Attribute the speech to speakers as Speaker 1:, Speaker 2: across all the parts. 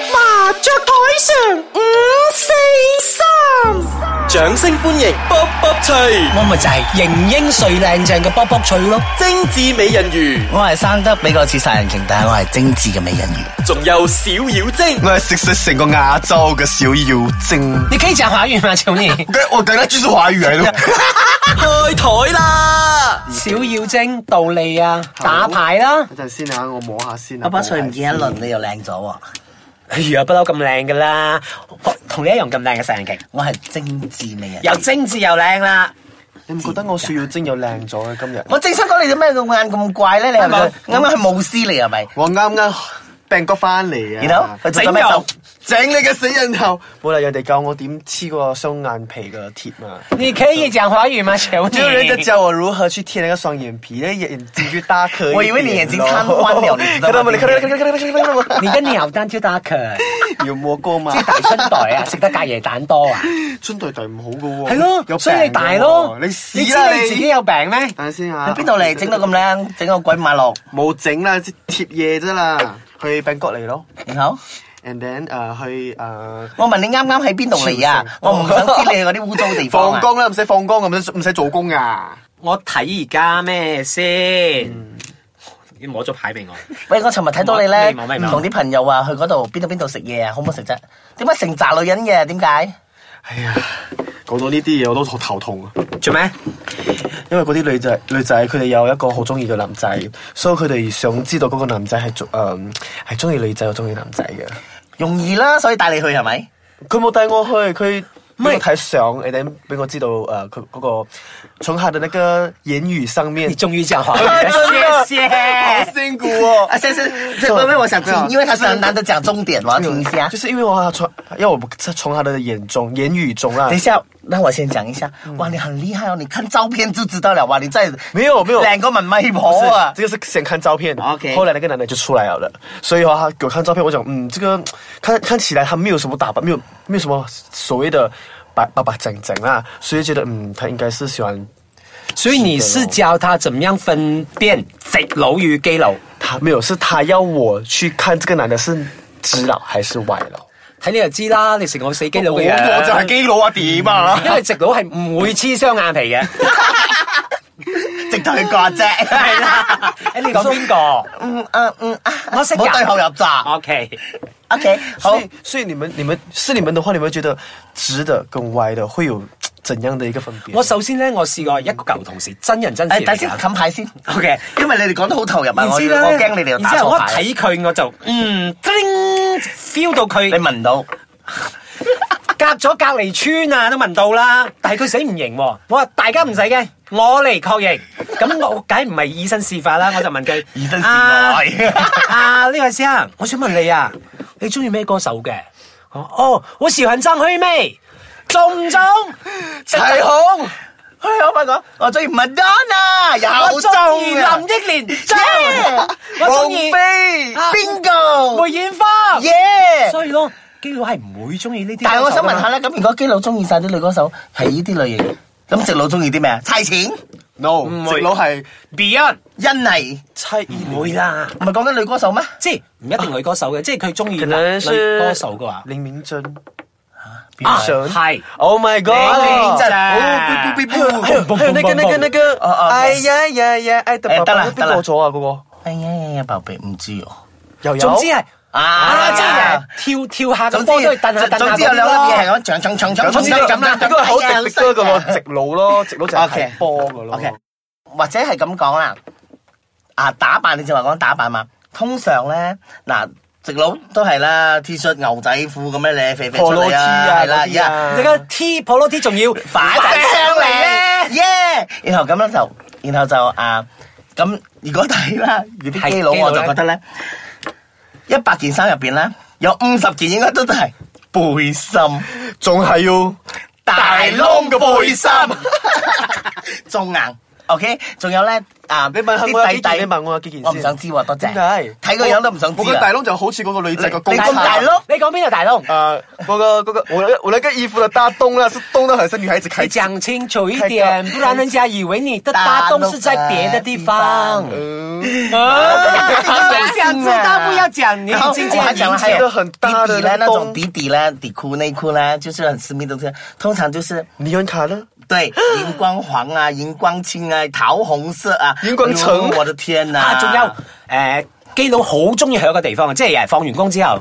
Speaker 1: 雀台上五四三，
Speaker 2: 掌聲歡迎卜卜脆，
Speaker 3: 我咪就係型英帥靚正嘅卜卜脆咯，
Speaker 2: 精緻美人魚，
Speaker 3: 我係生得比較似殺人鯨，但係我係精緻嘅美人魚。
Speaker 2: 仲有小妖精。
Speaker 4: 我係食食成個亞洲嘅小妖精。
Speaker 3: 你可以講華語嘛，少 年？
Speaker 4: 梗我梗係專屬華語嚟咯。
Speaker 2: 開台啦！
Speaker 3: 小妖精、道理啊，打牌啦。
Speaker 5: 等陣先啊，我摸下先啊。
Speaker 6: 阿伯翠唔見一輪，你又靚咗喎！
Speaker 3: 哎呀，不嬲咁靚噶啦，同你一樣咁靚嘅殺人鯨，
Speaker 6: 我係精緻美人。
Speaker 3: 又精緻又靚啦。
Speaker 5: 你唔覺得我小妖精又靚咗嘅今日？
Speaker 6: 我正想講你做咩個眼咁怪咧？你係咪啱啱係巫師嚟啊係咪？
Speaker 5: 我啱啱病過翻嚟啊！
Speaker 6: 然後佢做咗咩
Speaker 3: 整容
Speaker 6: 手？
Speaker 5: 整你嘅死人頭！冇理由人哋教我點黐個雙眼皮嘅貼啊嘛。
Speaker 3: 你可以講華語嗎，少
Speaker 5: 就有人在教我如何去貼那個雙眼皮，那眼睛就大顆一點咯。
Speaker 6: 我以為你眼睛癱瘓了你知 道嗎
Speaker 5: 看到冇？你看到看到看 到看到看到看到
Speaker 3: 你嘅尿蛋超得佢，
Speaker 5: 冇？有摸過嘛
Speaker 3: 即？係大春袋啊，食得隔夜蛋多啊。
Speaker 5: 春袋袋唔好噶喎。
Speaker 3: 係咯，
Speaker 5: 有
Speaker 3: 所以你
Speaker 5: 病
Speaker 3: 大
Speaker 5: 㗎
Speaker 3: 咯
Speaker 5: 喎。你屎
Speaker 3: 知
Speaker 5: 啦
Speaker 3: 你自己有病咩？
Speaker 5: 等下先
Speaker 6: 喺
Speaker 5: 啊！
Speaker 6: 邊度嚟？整到咁靚，整個鬼馬路，
Speaker 5: 冇整啦，即係貼嘢啫啦。去病國嚟咯
Speaker 6: 然後
Speaker 5: ，and then 誒去呃誒。
Speaker 6: 我問你啱啱喺邊度嚟啊？我唔想知你嗰啲污糟地方
Speaker 5: 哎放
Speaker 6: 啊！
Speaker 5: 工啦，唔使放工，咁唔使做工啊噶。
Speaker 3: 我睇而家咩先？
Speaker 2: 嗯
Speaker 3: 你摸咗牌俾我，
Speaker 6: 喂，我尋日睇到你咧，
Speaker 3: 未冇未冇
Speaker 6: 同啲朋友話去嗰度邊度邊度食嘢啊，好唔好食啫？點解成扎女人嘅？點解？
Speaker 5: 哎呀，講到呢啲嘢我都好頭痛啊！
Speaker 3: 做咩？
Speaker 5: 因為嗰啲女仔女仔佢哋有一個好中意嘅男仔，所以佢哋想知道嗰個男仔係做誒係中意女仔，又中意男仔嘅。
Speaker 6: 容易啦，所以帶你去係咪？
Speaker 5: 佢冇帶我去，佢
Speaker 3: 唔
Speaker 5: 俾
Speaker 3: 係
Speaker 5: 我睇相，你哋俾我知道誒佢嗰個從他的那個言語上面
Speaker 3: 你，終於講華
Speaker 5: 啊
Speaker 3: 語了，謝謝
Speaker 5: 好。辛苦哦。
Speaker 6: 啊，先生，這位我想聽，
Speaker 2: 啊
Speaker 6: 因為他是很難得講重點，我要聽一下
Speaker 5: 就。是因為我從，因為我從他的眼中、言語中啊啦
Speaker 3: 啊
Speaker 6: 等一，下，那我先講一下。
Speaker 3: 嗯
Speaker 6: 哇，你很厲害哦，你看照片就知道了。哇，你真係
Speaker 5: 沒有沒有
Speaker 6: 靚過文咪婆
Speaker 5: 是
Speaker 6: 啊！
Speaker 5: 这个是先看照片
Speaker 6: OK
Speaker 5: 后来那个男的就出来了的，所以的话他给我看照片，我讲嗯，这个看看起来他没有什么打扮，没有没有什么所谓的白白白整整啦，所以觉得嗯，他应该是喜欢
Speaker 3: 所以你是教他怎麼樣分辨直佬與基佬？
Speaker 5: 他没有，是他要我去看这个男的是直佬还是歪佬。
Speaker 3: 睇你就知啦，你成個死基佬
Speaker 5: 我
Speaker 3: 嘅樣。
Speaker 5: 就係基佬啊，點啊？
Speaker 3: 因為直佬係唔會黐雙眼皮嘅。嗯
Speaker 6: 直頭去割啫，係啦。
Speaker 3: 誒你講邊個
Speaker 6: 嗯啊嗯啊，
Speaker 3: 我識㗎哦
Speaker 6: 冇對號入閘。
Speaker 3: ？O K，
Speaker 6: OK，好
Speaker 5: 所。以所以你们你们是你们的话，你们觉得直的跟歪的会有怎样的一个分别？
Speaker 3: 我首先咧，我試過一個舊同事，真人真事
Speaker 6: 誒，等
Speaker 3: 嚟
Speaker 6: 先，
Speaker 3: 㗎。
Speaker 6: 冚牌先，
Speaker 3: O K，
Speaker 6: 因為你哋講得好投入啊，我
Speaker 3: 然
Speaker 6: 我
Speaker 3: 之後咧
Speaker 6: 驚你哋又
Speaker 3: 然
Speaker 6: 打
Speaker 3: 之後
Speaker 6: 錯
Speaker 3: 啊我
Speaker 6: 牌。
Speaker 3: 睇佢我就嗯叮 feel 到佢
Speaker 6: 你聞到
Speaker 3: 隔咗隔離村啊，都聞到啦。但係佢死唔認喎。我話大家唔使驚，我嚟確認。咁我梗係唔係以身試法啦，我就問佢：
Speaker 6: 以身試
Speaker 3: 啊
Speaker 6: 愛
Speaker 3: 啊，呢位先生，我想問你啊，你中意咩歌手嘅？我話哦，我喜歡張惠妹，中唔中？
Speaker 6: 齊紅，哎我咪講，我中意 Madonna，有
Speaker 3: 我中意
Speaker 6: 中
Speaker 3: 林
Speaker 6: 啊，
Speaker 3: 憶蓮，中。
Speaker 6: à. Yeah！
Speaker 3: 我中意
Speaker 6: 王菲
Speaker 3: 啊梅
Speaker 6: ，Bingo，
Speaker 3: 艷芳。
Speaker 6: 耶！
Speaker 3: 所以咯，基佬係唔會中意呢啲歌手㗎嘛。
Speaker 6: 但係我想問下咧，咁如果基佬中意晒啲女歌手係呢啲類型，咁直佬中意啲咩啊？猜錢、
Speaker 5: no，
Speaker 3: 唔
Speaker 6: 嗯
Speaker 3: 會
Speaker 5: 直佬係
Speaker 3: Beyond，
Speaker 6: 欣妮，
Speaker 5: 猜疑
Speaker 3: 唔會啦。
Speaker 6: 唔係講緊女歌手咩？
Speaker 3: 即係唔一定女歌手嘅，即係佢中意
Speaker 5: 可
Speaker 3: 女
Speaker 5: 能是
Speaker 3: 歌手嘅話，
Speaker 5: 林明珍
Speaker 3: 啊
Speaker 5: 神
Speaker 3: 係
Speaker 5: Oh my God！
Speaker 3: 林明珍
Speaker 5: 哦，不不不不，
Speaker 3: 嘣嘣嘣嘣
Speaker 5: 还有那個那個那個，
Speaker 6: 哦哦
Speaker 5: 哎呀呀呀，哎得
Speaker 6: 哎得啦
Speaker 5: 邊
Speaker 6: 得啦
Speaker 5: 個咗啊嗰
Speaker 6: 哎呀呀呀，寶貝，唔知喎。
Speaker 5: 個？又有。
Speaker 3: 總之係 À,
Speaker 6: 啊，知
Speaker 3: dạ.
Speaker 6: 啊！
Speaker 3: 跳跳下個
Speaker 6: 總
Speaker 3: 波
Speaker 6: 之
Speaker 3: 都係蹬下蹬下
Speaker 6: 總之有兩粒嘢係咁，長長長
Speaker 5: Dạ,
Speaker 6: 長長長咁啦，
Speaker 5: 呢個係好直直哥嘅喎，直佬咯，直佬就係
Speaker 6: OK
Speaker 5: 踢波嘅咯。
Speaker 6: OK，或者係咁講啦，啊打扮你就話講打扮嘛，通常咧嗱。直佬都係啦，T 恤牛仔褲咁樣你肥肥出嚟啊，係啦，而家
Speaker 3: 你個 T polo T 仲要
Speaker 6: 擺
Speaker 3: 反
Speaker 6: 晒
Speaker 3: 上
Speaker 6: 上
Speaker 3: 嚟
Speaker 6: 嚟
Speaker 3: 咧，
Speaker 6: 咧，耶！然後咁樣就，然後就啊，咁如果睇啦，如啲基佬
Speaker 3: 係基佬
Speaker 6: 我就
Speaker 3: 咧
Speaker 6: 覺得咧，一百件衫入邊咧，有五十件應該都係背心。
Speaker 5: 仲係要
Speaker 6: 大窿嘅背心，仲硬。OK，仲有咧啊，
Speaker 5: 你問下我有
Speaker 6: 啲弟
Speaker 5: 幾件，
Speaker 6: 弟
Speaker 5: 你問我有幾件
Speaker 6: 我唔想知喎，多謝。
Speaker 5: 點解？
Speaker 6: 睇個樣都唔想知
Speaker 4: 我
Speaker 6: 啊
Speaker 4: 個大窿就好似嗰個女仔個公
Speaker 6: 你咁大
Speaker 4: 窿。
Speaker 6: 碌，
Speaker 3: 你講邊度大窿？
Speaker 4: 呃，我個嗰個我那我那個衣服的大洞呢，是洞到很像女孩子
Speaker 3: 你
Speaker 5: Ờ.
Speaker 4: 開槍。
Speaker 3: 講清楚一點，不然人家以為你的大洞是在別的地方。 啊，想知道不要講，你
Speaker 6: 然后
Speaker 3: 今
Speaker 6: 我
Speaker 3: 天
Speaker 6: 还讲了，还
Speaker 5: 一个
Speaker 6: 有
Speaker 5: 很大的
Speaker 6: 底底呢，
Speaker 5: 那
Speaker 6: 那
Speaker 5: 种
Speaker 6: 种底底呢，底裤、内裤呢，就是很私密的东西，通常就是
Speaker 5: 你用卡呢？
Speaker 6: 对荧光黄啊、荧光青啊、桃红色啊、
Speaker 5: 荧光橙
Speaker 6: 哎呦我的天呐、
Speaker 3: 啊，仲有誒基佬好中意去一個地方，即係人放完工之後，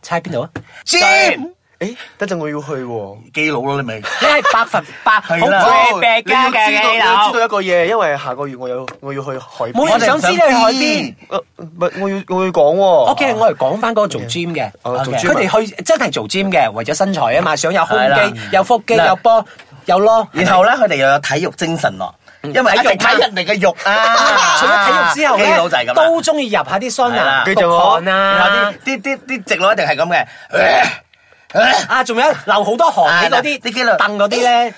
Speaker 3: 猜邊度啊？
Speaker 6: Jim
Speaker 5: 誒，等陣我要去喎。
Speaker 6: 基佬咯，你咪
Speaker 3: 你 係百分百好
Speaker 6: 係啦
Speaker 3: 嘅病
Speaker 5: 哦你要
Speaker 3: 家
Speaker 5: 知道，
Speaker 3: 嘅
Speaker 5: 你
Speaker 3: 基
Speaker 5: 要知
Speaker 3: 佬。
Speaker 5: 道一個嘢，因為下個月我有我要去海
Speaker 3: 冇人
Speaker 5: 邊。
Speaker 3: 想知你去海邊。
Speaker 5: 呃唔係，我要我要講喎。
Speaker 3: OK，我嚟講翻嗰個做 gym 嘅，
Speaker 5: 哦
Speaker 6: 做
Speaker 5: gym 啊
Speaker 3: 佢哋去真係做 gym 嘅，為咗身材啊嘛，想有胸
Speaker 6: 係啦
Speaker 3: 肌、有腹肌、
Speaker 6: 嗱
Speaker 3: 有波、有咯。
Speaker 6: 然後咧，佢哋又有體育精神咯，因為一定睇人哋嘅肉 啊。
Speaker 3: 除咗體育之後
Speaker 6: 基佬就係
Speaker 3: 咧，
Speaker 6: 咁啊
Speaker 3: 都中意入下啲桑
Speaker 6: 係
Speaker 3: 拿、
Speaker 6: 啦
Speaker 5: 繼續
Speaker 3: 焗
Speaker 5: 我
Speaker 3: 汗啊
Speaker 6: 啦。，啲啲啲啲直佬一定係咁嘅。呃呃
Speaker 3: 啊，仲有流好多汗喺嗰啲
Speaker 6: 啊嗱啲基佬
Speaker 3: 凳嗰啲咧，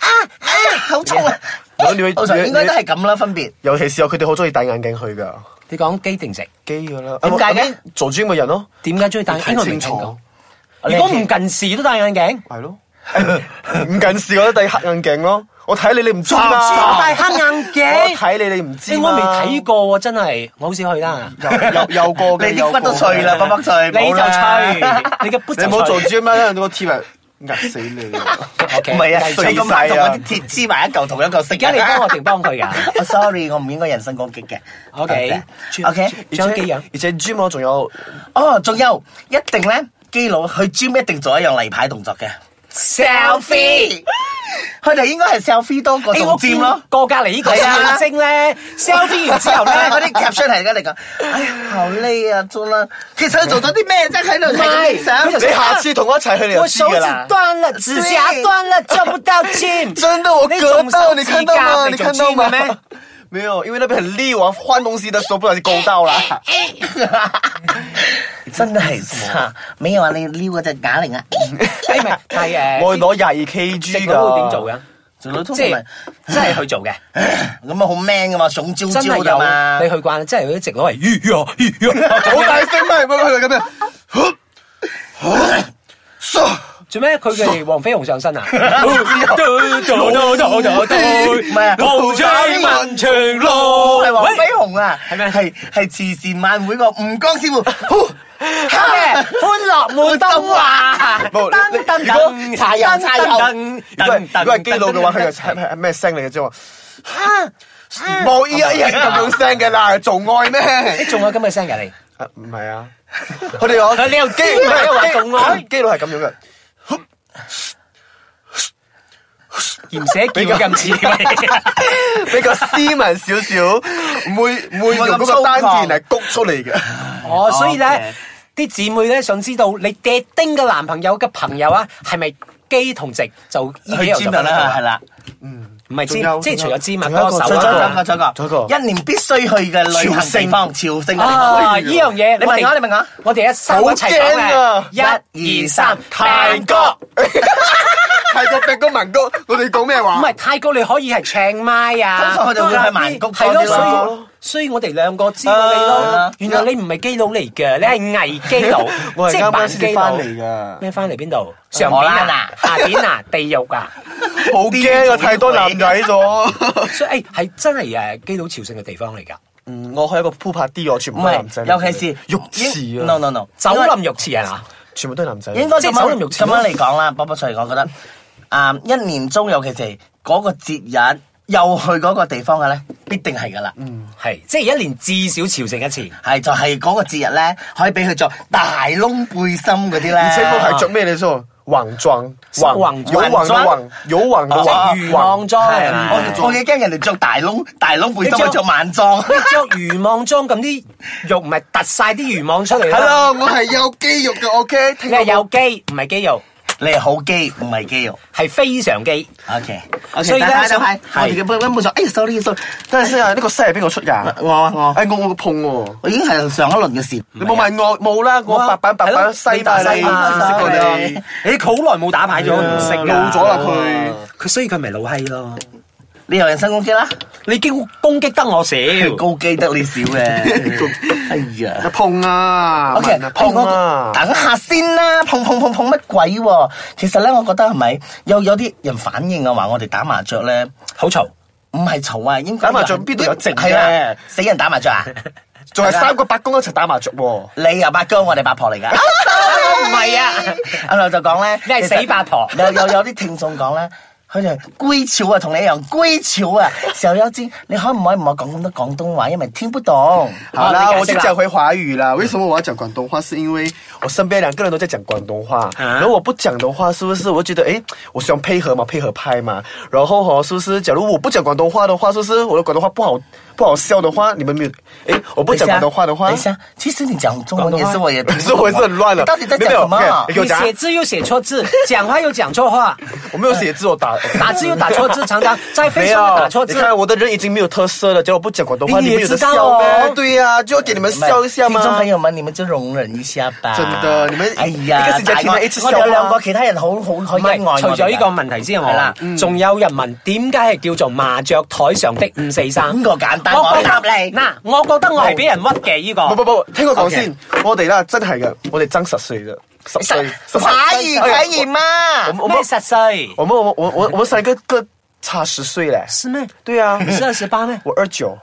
Speaker 6: 啊啊，好痛啊！
Speaker 5: 我你會
Speaker 6: 通常
Speaker 5: 你
Speaker 6: 應該都係咁啦，分別。
Speaker 5: 尤其是有佢哋好中意戴眼鏡去㗎，
Speaker 3: 你講機定直？
Speaker 5: 機㗎啦。
Speaker 6: 點解嘅
Speaker 5: 啊咁做 gym 嘅人咯，
Speaker 3: 點解中意戴？哎
Speaker 5: 睇
Speaker 3: 應該未
Speaker 5: 清
Speaker 3: 聽
Speaker 5: 楚啊
Speaker 3: 過。。如果唔近視都戴眼鏡，
Speaker 5: 係咯， 唔近視我都戴黑眼鏡咯。我睇你你唔知嘛。
Speaker 3: 仲戴黑眼
Speaker 5: 啊我
Speaker 3: 鏡。
Speaker 5: 睇你你唔啊知
Speaker 3: 你
Speaker 5: 嘛
Speaker 3: 我未睇過喎，真係我好少去啦。
Speaker 5: 有有有 過嘅，
Speaker 6: 你啲骨都脆啦，卜卜脆，
Speaker 3: 你就
Speaker 6: 冇 啦
Speaker 3: 吹，你嘅 boot
Speaker 5: 你
Speaker 3: 就
Speaker 5: 唔好做
Speaker 3: 吹。
Speaker 5: gym 啦，我貼啊壓死你啊！
Speaker 3: OK，
Speaker 6: 唔係啊，
Speaker 3: 繼續
Speaker 5: 碎
Speaker 6: 你咁
Speaker 5: 晒
Speaker 6: 快
Speaker 5: 啊
Speaker 6: 同我啲鐵黐埋一嚿同一個色。
Speaker 3: 而家你幫我定幫 佢㗎？
Speaker 6: 我 à. Ờ, sorry，我唔應該人身攻擊嘅。
Speaker 3: OK，
Speaker 6: Ờ, dạ. OK，
Speaker 3: 仲有幾樣？
Speaker 5: 而且 gym 我仲有
Speaker 6: 哦，仲有一定咧，基佬去 gym 一定做一樣例牌動作嘅 selfie，佢 哋應該係 selfie 多過做 gym 咯。
Speaker 3: 哎過隔離呢個
Speaker 6: 係啊
Speaker 3: 眼睛咧，selfie 完之後
Speaker 6: 後
Speaker 3: 咧
Speaker 6: 咧，嗰 啲 caption 係而家嚟講，哎呀好累啊，做啦。其實佢做咗啲咩啫？喺度睇咁
Speaker 3: 唔係佢就
Speaker 5: 你
Speaker 6: 想，
Speaker 5: 下次同我一齊去你就
Speaker 3: 我
Speaker 5: 知
Speaker 3: 手
Speaker 5: 㗎
Speaker 3: 指
Speaker 5: 啦。
Speaker 3: 斷了，指甲斷了，做不到 gym。
Speaker 5: 真的，我割到，你看到吗？你
Speaker 3: 你仲
Speaker 5: 看
Speaker 3: 手
Speaker 5: 到
Speaker 3: 指甲你仲 gym 嘅 咩
Speaker 5: 吗？没有，因为那边很利，我换东西的时候不小心勾到 了。
Speaker 6: 真係差。美有話你撩嗰隻啞鈴啊，
Speaker 3: 哎誒唔係係誒，
Speaker 5: 我攞廿二 kg
Speaker 3: 直
Speaker 5: 噶。
Speaker 3: 佬會點做？ 嘅？
Speaker 6: 做
Speaker 5: 嗯
Speaker 6: 到通
Speaker 3: 即係
Speaker 6: 常。
Speaker 3: 真係去做嘅，
Speaker 6: 咁啊好 man 噶嘛，怂招
Speaker 3: 真係
Speaker 6: 招噶嘛
Speaker 3: 有。你去慣，真係嗰啲直佬係咦呀咦呀
Speaker 5: 哦好大聲咩？喂喂喂 咁樣，哼哼嗖
Speaker 3: 做咩佢嘅黃飛鴻上身啊？
Speaker 6: 唔係啊
Speaker 3: 豪仔問長路
Speaker 6: 係黃飛鴻啊，
Speaker 3: 係咩
Speaker 6: 係係慈善晚會個吳江師傅，
Speaker 3: 歡樂滿東華，
Speaker 5: 冇你
Speaker 3: 噔噔
Speaker 5: 你如果
Speaker 3: 噔，
Speaker 6: 柴油柴油
Speaker 3: 噔
Speaker 5: 如果係
Speaker 3: 噔
Speaker 5: 如果係基佬嘅話，佢就
Speaker 3: 噔
Speaker 5: 係係咩聲嚟嘅啫 喎？冇依家依家咁樣聲嘅啦，做愛咩？
Speaker 3: 仲有咁嘅聲㗎你？
Speaker 5: 啊，唔係啊，佢哋講
Speaker 3: 佢 你又知
Speaker 5: 基
Speaker 3: 佢又話做愛
Speaker 5: 基基佬係咁樣嘅。
Speaker 3: 鹽寫叫咁似你，
Speaker 5: 比較斯文少 少，唔會唔會用嗰個單字嚟谷出嚟嘅。
Speaker 3: 哦，所以咧
Speaker 6: OK
Speaker 3: 啲姊妹咧想知道你爹丁嘅男朋友嘅朋友啊，係咪基同直就呢幾樣
Speaker 6: 去
Speaker 3: 就
Speaker 6: 尖
Speaker 3: 分得
Speaker 6: 啦
Speaker 3: 到啦
Speaker 6: 係啦，
Speaker 3: 唔係
Speaker 5: 仲有
Speaker 3: 芝，即係除咗芝麻
Speaker 5: 仲有
Speaker 3: 多
Speaker 5: 一個
Speaker 3: 手
Speaker 5: 仲
Speaker 6: 再
Speaker 5: 有一個
Speaker 3: 啊
Speaker 6: 講再講
Speaker 5: 仲有一個
Speaker 6: 一年必須去嘅旅行地方，朝聖嘅地方。
Speaker 3: 啊！呢樣嘢，
Speaker 6: 你問我你問我
Speaker 3: 我哋一三個一齊
Speaker 5: 好
Speaker 3: 講
Speaker 6: 驚啊
Speaker 3: 嘅，一二三，
Speaker 5: 泰國，泰國病哥民哥，我哋講咩話？，
Speaker 3: 唔係泰國，你可以係唱麥啊，
Speaker 6: 通常佢哋會去曼谷
Speaker 3: 係
Speaker 6: 多
Speaker 3: 咯，
Speaker 6: 啲咯
Speaker 3: 所以所以我哋兩個知道你咯
Speaker 6: 啊，
Speaker 3: 原來你唔係基佬嚟嘅，你係偽基佬
Speaker 5: 我係
Speaker 3: 即
Speaker 5: 啱
Speaker 3: 係
Speaker 5: 啱
Speaker 3: 扮
Speaker 5: 先
Speaker 3: 基
Speaker 5: 至
Speaker 3: 佬
Speaker 5: 翻嚟㗎
Speaker 3: 咩翻嚟邊度？上邊
Speaker 6: 荷蘭
Speaker 3: 啊
Speaker 6: 啊，
Speaker 3: 下邊啊，地獄啊！
Speaker 5: 好驚啊！太多男 仔咗。
Speaker 3: 所以誒哎係真係誒基佬朝聖嘅地方嚟㗎，
Speaker 5: 嗯，我去一個 pool party，我全
Speaker 6: 唔
Speaker 5: 部都係男仔
Speaker 6: 係，
Speaker 5: 嚟
Speaker 6: 尤
Speaker 5: 嘅。
Speaker 6: 其是
Speaker 5: 浴池啊
Speaker 6: No no no，
Speaker 3: 酒林浴池係啊嘛？
Speaker 5: 全部都係男仔。
Speaker 6: 應該咁
Speaker 3: 即係走入
Speaker 6: 樣
Speaker 3: 浴池
Speaker 6: 咁
Speaker 3: 咯
Speaker 6: 樣嚟講啦，波波翠，我覺得啊，一年中尤其是嗰個節日又去嗰個地方嘅咧，必定係噶啦。
Speaker 3: 係，即係一年至少朝聖一次。
Speaker 6: 係就係嗰個節日咧，可以俾佢着大窿背心嗰啲咧。
Speaker 5: 而且我係着咩嚟啫？橫裝，
Speaker 3: 橫
Speaker 5: 有橫嘅橫，有橫嘅
Speaker 3: 啊
Speaker 5: 橫，
Speaker 3: 即係魚網裝係啊嘛
Speaker 6: 我我幾驚人哋着大窿大窿背
Speaker 3: 你
Speaker 6: 心，
Speaker 3: 着
Speaker 6: 我着晚裝。
Speaker 3: 哦你着漁網裝咁啲肉唔係突晒啲漁網出嚟啦？
Speaker 5: Hello，我係有肌肉嘅，OK？
Speaker 3: 你
Speaker 5: 聽
Speaker 3: 係
Speaker 5: 過
Speaker 3: 有肌唔係肌肉，
Speaker 6: 你係好肌唔係肌肉。
Speaker 3: 係非常肌。
Speaker 6: OK，
Speaker 3: 所以呢
Speaker 6: 大家
Speaker 3: 想
Speaker 6: 都係我
Speaker 3: 係
Speaker 6: 哋嘅本本本上，哎，sorry sorry，
Speaker 5: 等陣先啊！呢個西係邊個出㗎？
Speaker 6: 我啊我啊
Speaker 5: 哎，我我碰喎。
Speaker 6: 我已經係啊上一輪嘅事。
Speaker 5: 你冇問我冇啦，我
Speaker 3: 啊
Speaker 5: 白板白板西嘛你，
Speaker 3: 係啊
Speaker 5: 唔識
Speaker 3: 咯
Speaker 5: 過
Speaker 3: 你打西
Speaker 5: 你啊
Speaker 3: 嘛，你好耐冇打牌咗，唔識㗎啊
Speaker 5: 老咗啦佢。
Speaker 3: 佢所以佢咪老閪咯。
Speaker 6: 你又人身攻擊啦，
Speaker 3: 你攻攻擊得我少，
Speaker 6: 高基得你少 嘅。哎呀
Speaker 5: 碰啊
Speaker 6: ，OK，哎
Speaker 5: 問啊碰
Speaker 6: 我，
Speaker 5: 啊
Speaker 6: 等下先啦，碰碰碰碰乜鬼喎？其實咧，我覺得係咪有有啲人反應啊，話我哋打麻雀咧
Speaker 3: 好嘈。
Speaker 6: 唔係嘈啊，應該
Speaker 5: 打麻雀邊度有靜啫
Speaker 6: 係啦，死人打麻 雀啊！
Speaker 5: 仲係三個八公一齊打麻雀喎。
Speaker 6: 你又八哥，我哋八婆嚟 噶。唔
Speaker 3: 係啊，
Speaker 6: 阿劉就講咧，
Speaker 3: 你係
Speaker 6: 啊其實
Speaker 3: 死八婆
Speaker 6: 有有有啲聽眾講咧。佢哋龜潮啊，同你一樣龜潮啊！小妖精，你可唔可以唔好講咁多廣東話，因為聽不懂。
Speaker 5: 好
Speaker 3: 好
Speaker 5: 啦，
Speaker 3: 你
Speaker 5: 我
Speaker 3: 解
Speaker 5: 就
Speaker 3: 釋啦
Speaker 5: 講回華語啦。为什么我要讲广东话？是因为我身边两个人都在讲广东话，然后我不讲的话，是不是我觉得诶，我喜欢配合嘛，配合拍嘛。然后哈、是不是？假如我不讲广东话的话，是不是我的广东话不好不好笑的话，你们没有？诶，我不讲广东话的话
Speaker 6: 等一，下，其實你講中文也是我也聽不
Speaker 5: 是
Speaker 6: 懂啊
Speaker 5: 我是很乱了。
Speaker 6: 你到底在
Speaker 5: 没
Speaker 6: 講什
Speaker 5: 有没有
Speaker 6: 麼
Speaker 5: 你？给我
Speaker 3: 你
Speaker 5: 讲啊，
Speaker 3: 寫字又寫錯字， 講話又講錯話，
Speaker 5: 我没有写字，我打
Speaker 3: 打字又打錯字，常 常在
Speaker 5: 没
Speaker 3: Facebook
Speaker 5: 有
Speaker 3: 打錯
Speaker 5: 你
Speaker 3: 字。
Speaker 5: 看我的人已经没有特色了，假如我不讲广东话，
Speaker 3: 你
Speaker 5: 你
Speaker 3: 也
Speaker 5: 们有的
Speaker 3: 知道
Speaker 5: 笑
Speaker 3: 哦
Speaker 5: 呗。对呀、就要给你们笑一下嘛。
Speaker 6: 听众朋友们，你们就容忍一下吧。
Speaker 5: 真的你们
Speaker 6: 哎呀，
Speaker 5: 一個星期
Speaker 6: 大
Speaker 5: 見
Speaker 6: 愛
Speaker 5: 你一次
Speaker 6: 我
Speaker 5: 笑
Speaker 6: 哋有
Speaker 5: 嗎
Speaker 6: 兩個其他人好好好
Speaker 3: 唔
Speaker 6: 可以愛
Speaker 3: 係
Speaker 6: 我哋
Speaker 3: 除
Speaker 6: 㗎
Speaker 3: 咗呢個問題之
Speaker 6: 係
Speaker 3: 外
Speaker 6: 啦，
Speaker 3: 仲有人問點解係叫做麻雀台上的五四三？
Speaker 6: 呢
Speaker 5: 嗯
Speaker 6: 個簡單
Speaker 3: 我
Speaker 6: 我
Speaker 3: 覺
Speaker 6: 答
Speaker 3: 得
Speaker 6: 你
Speaker 3: 嗱，我覺得我係俾人屈嘅呢
Speaker 5: 不
Speaker 3: 個。
Speaker 5: 不不，聽我講先我哋啦真係嘅，我哋爭十歲嘅，十歲，十歲
Speaker 3: 哎
Speaker 6: 可以可以嘛？
Speaker 5: 我們我
Speaker 3: 咩
Speaker 5: 們
Speaker 3: 十歲？
Speaker 5: 我們我們我我我們三個各差十歲嘞，
Speaker 3: 是咩？
Speaker 5: 對啊，
Speaker 3: 嗯你是二十八咩？
Speaker 5: 我二 九，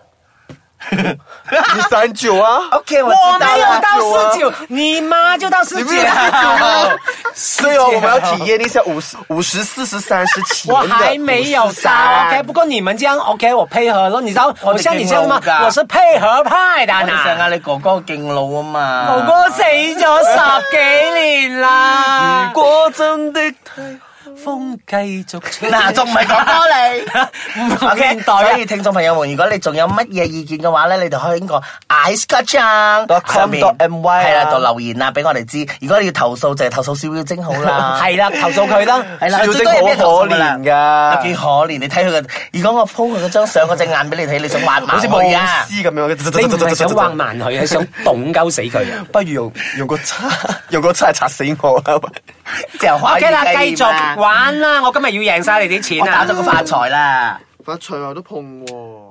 Speaker 5: 你三九啊，
Speaker 6: OK，我
Speaker 3: 我没
Speaker 6: 知道
Speaker 3: 有
Speaker 6: 了。
Speaker 3: 到十九，你妈就到十
Speaker 5: 你
Speaker 3: 九
Speaker 5: 不是十九吗？
Speaker 3: 啊
Speaker 5: 所以哦，我們要體驗一下五十、五十、四十、三十起
Speaker 3: 我还没有到，OK。不过你们这样 OK，我配合了。你知道
Speaker 6: 我
Speaker 3: 我
Speaker 6: 得
Speaker 3: 像你这样吗
Speaker 6: 敬老？噶
Speaker 3: 我是配合派的啊
Speaker 6: 我哋想
Speaker 3: 呢。
Speaker 6: 嗌你哥哥敬老啊嘛。
Speaker 3: 我哥死咗十几年啦，
Speaker 5: 果真的
Speaker 3: 风继续吹。
Speaker 6: 嗱，仲唔係哥 哥你
Speaker 3: 唔
Speaker 6: ？OK，
Speaker 3: 現代啊
Speaker 6: 所以聽眾朋友們，如果你仲有乜嘢意見嘅話咧，你哋可以經過 icekacang.com.my
Speaker 5: .com.my
Speaker 6: 係啦，度留言啊，俾我哋知。如果你要投訴就係投訴小妖精好啦。
Speaker 3: 系啦，投诉佢啦。
Speaker 6: 係啦，
Speaker 5: 小
Speaker 6: 最
Speaker 5: 精
Speaker 6: 多有咩投訴㗎啦
Speaker 5: 好可憐㗎
Speaker 6: 有幾可憐？你睇佢嘅，如果我 po 佢嗰張相嗰隻眼俾你睇，你想挖埋
Speaker 5: 好似
Speaker 6: 佢啊
Speaker 5: 冇？絲咁樣，
Speaker 3: 你唔係想橫慢佢，係想動鳩死佢 啊
Speaker 5: 不如用用個叉，用個叉嚟擦死我啊啦！
Speaker 6: 就可以
Speaker 3: ！OK 啦，
Speaker 6: 計
Speaker 3: 繼續
Speaker 6: 嘛
Speaker 3: 玩啦！我今日要贏晒你啲
Speaker 6: 我
Speaker 3: 錢
Speaker 6: 打
Speaker 3: 啊
Speaker 6: 咗！個發財啦。
Speaker 5: 啊發財我都碰喎。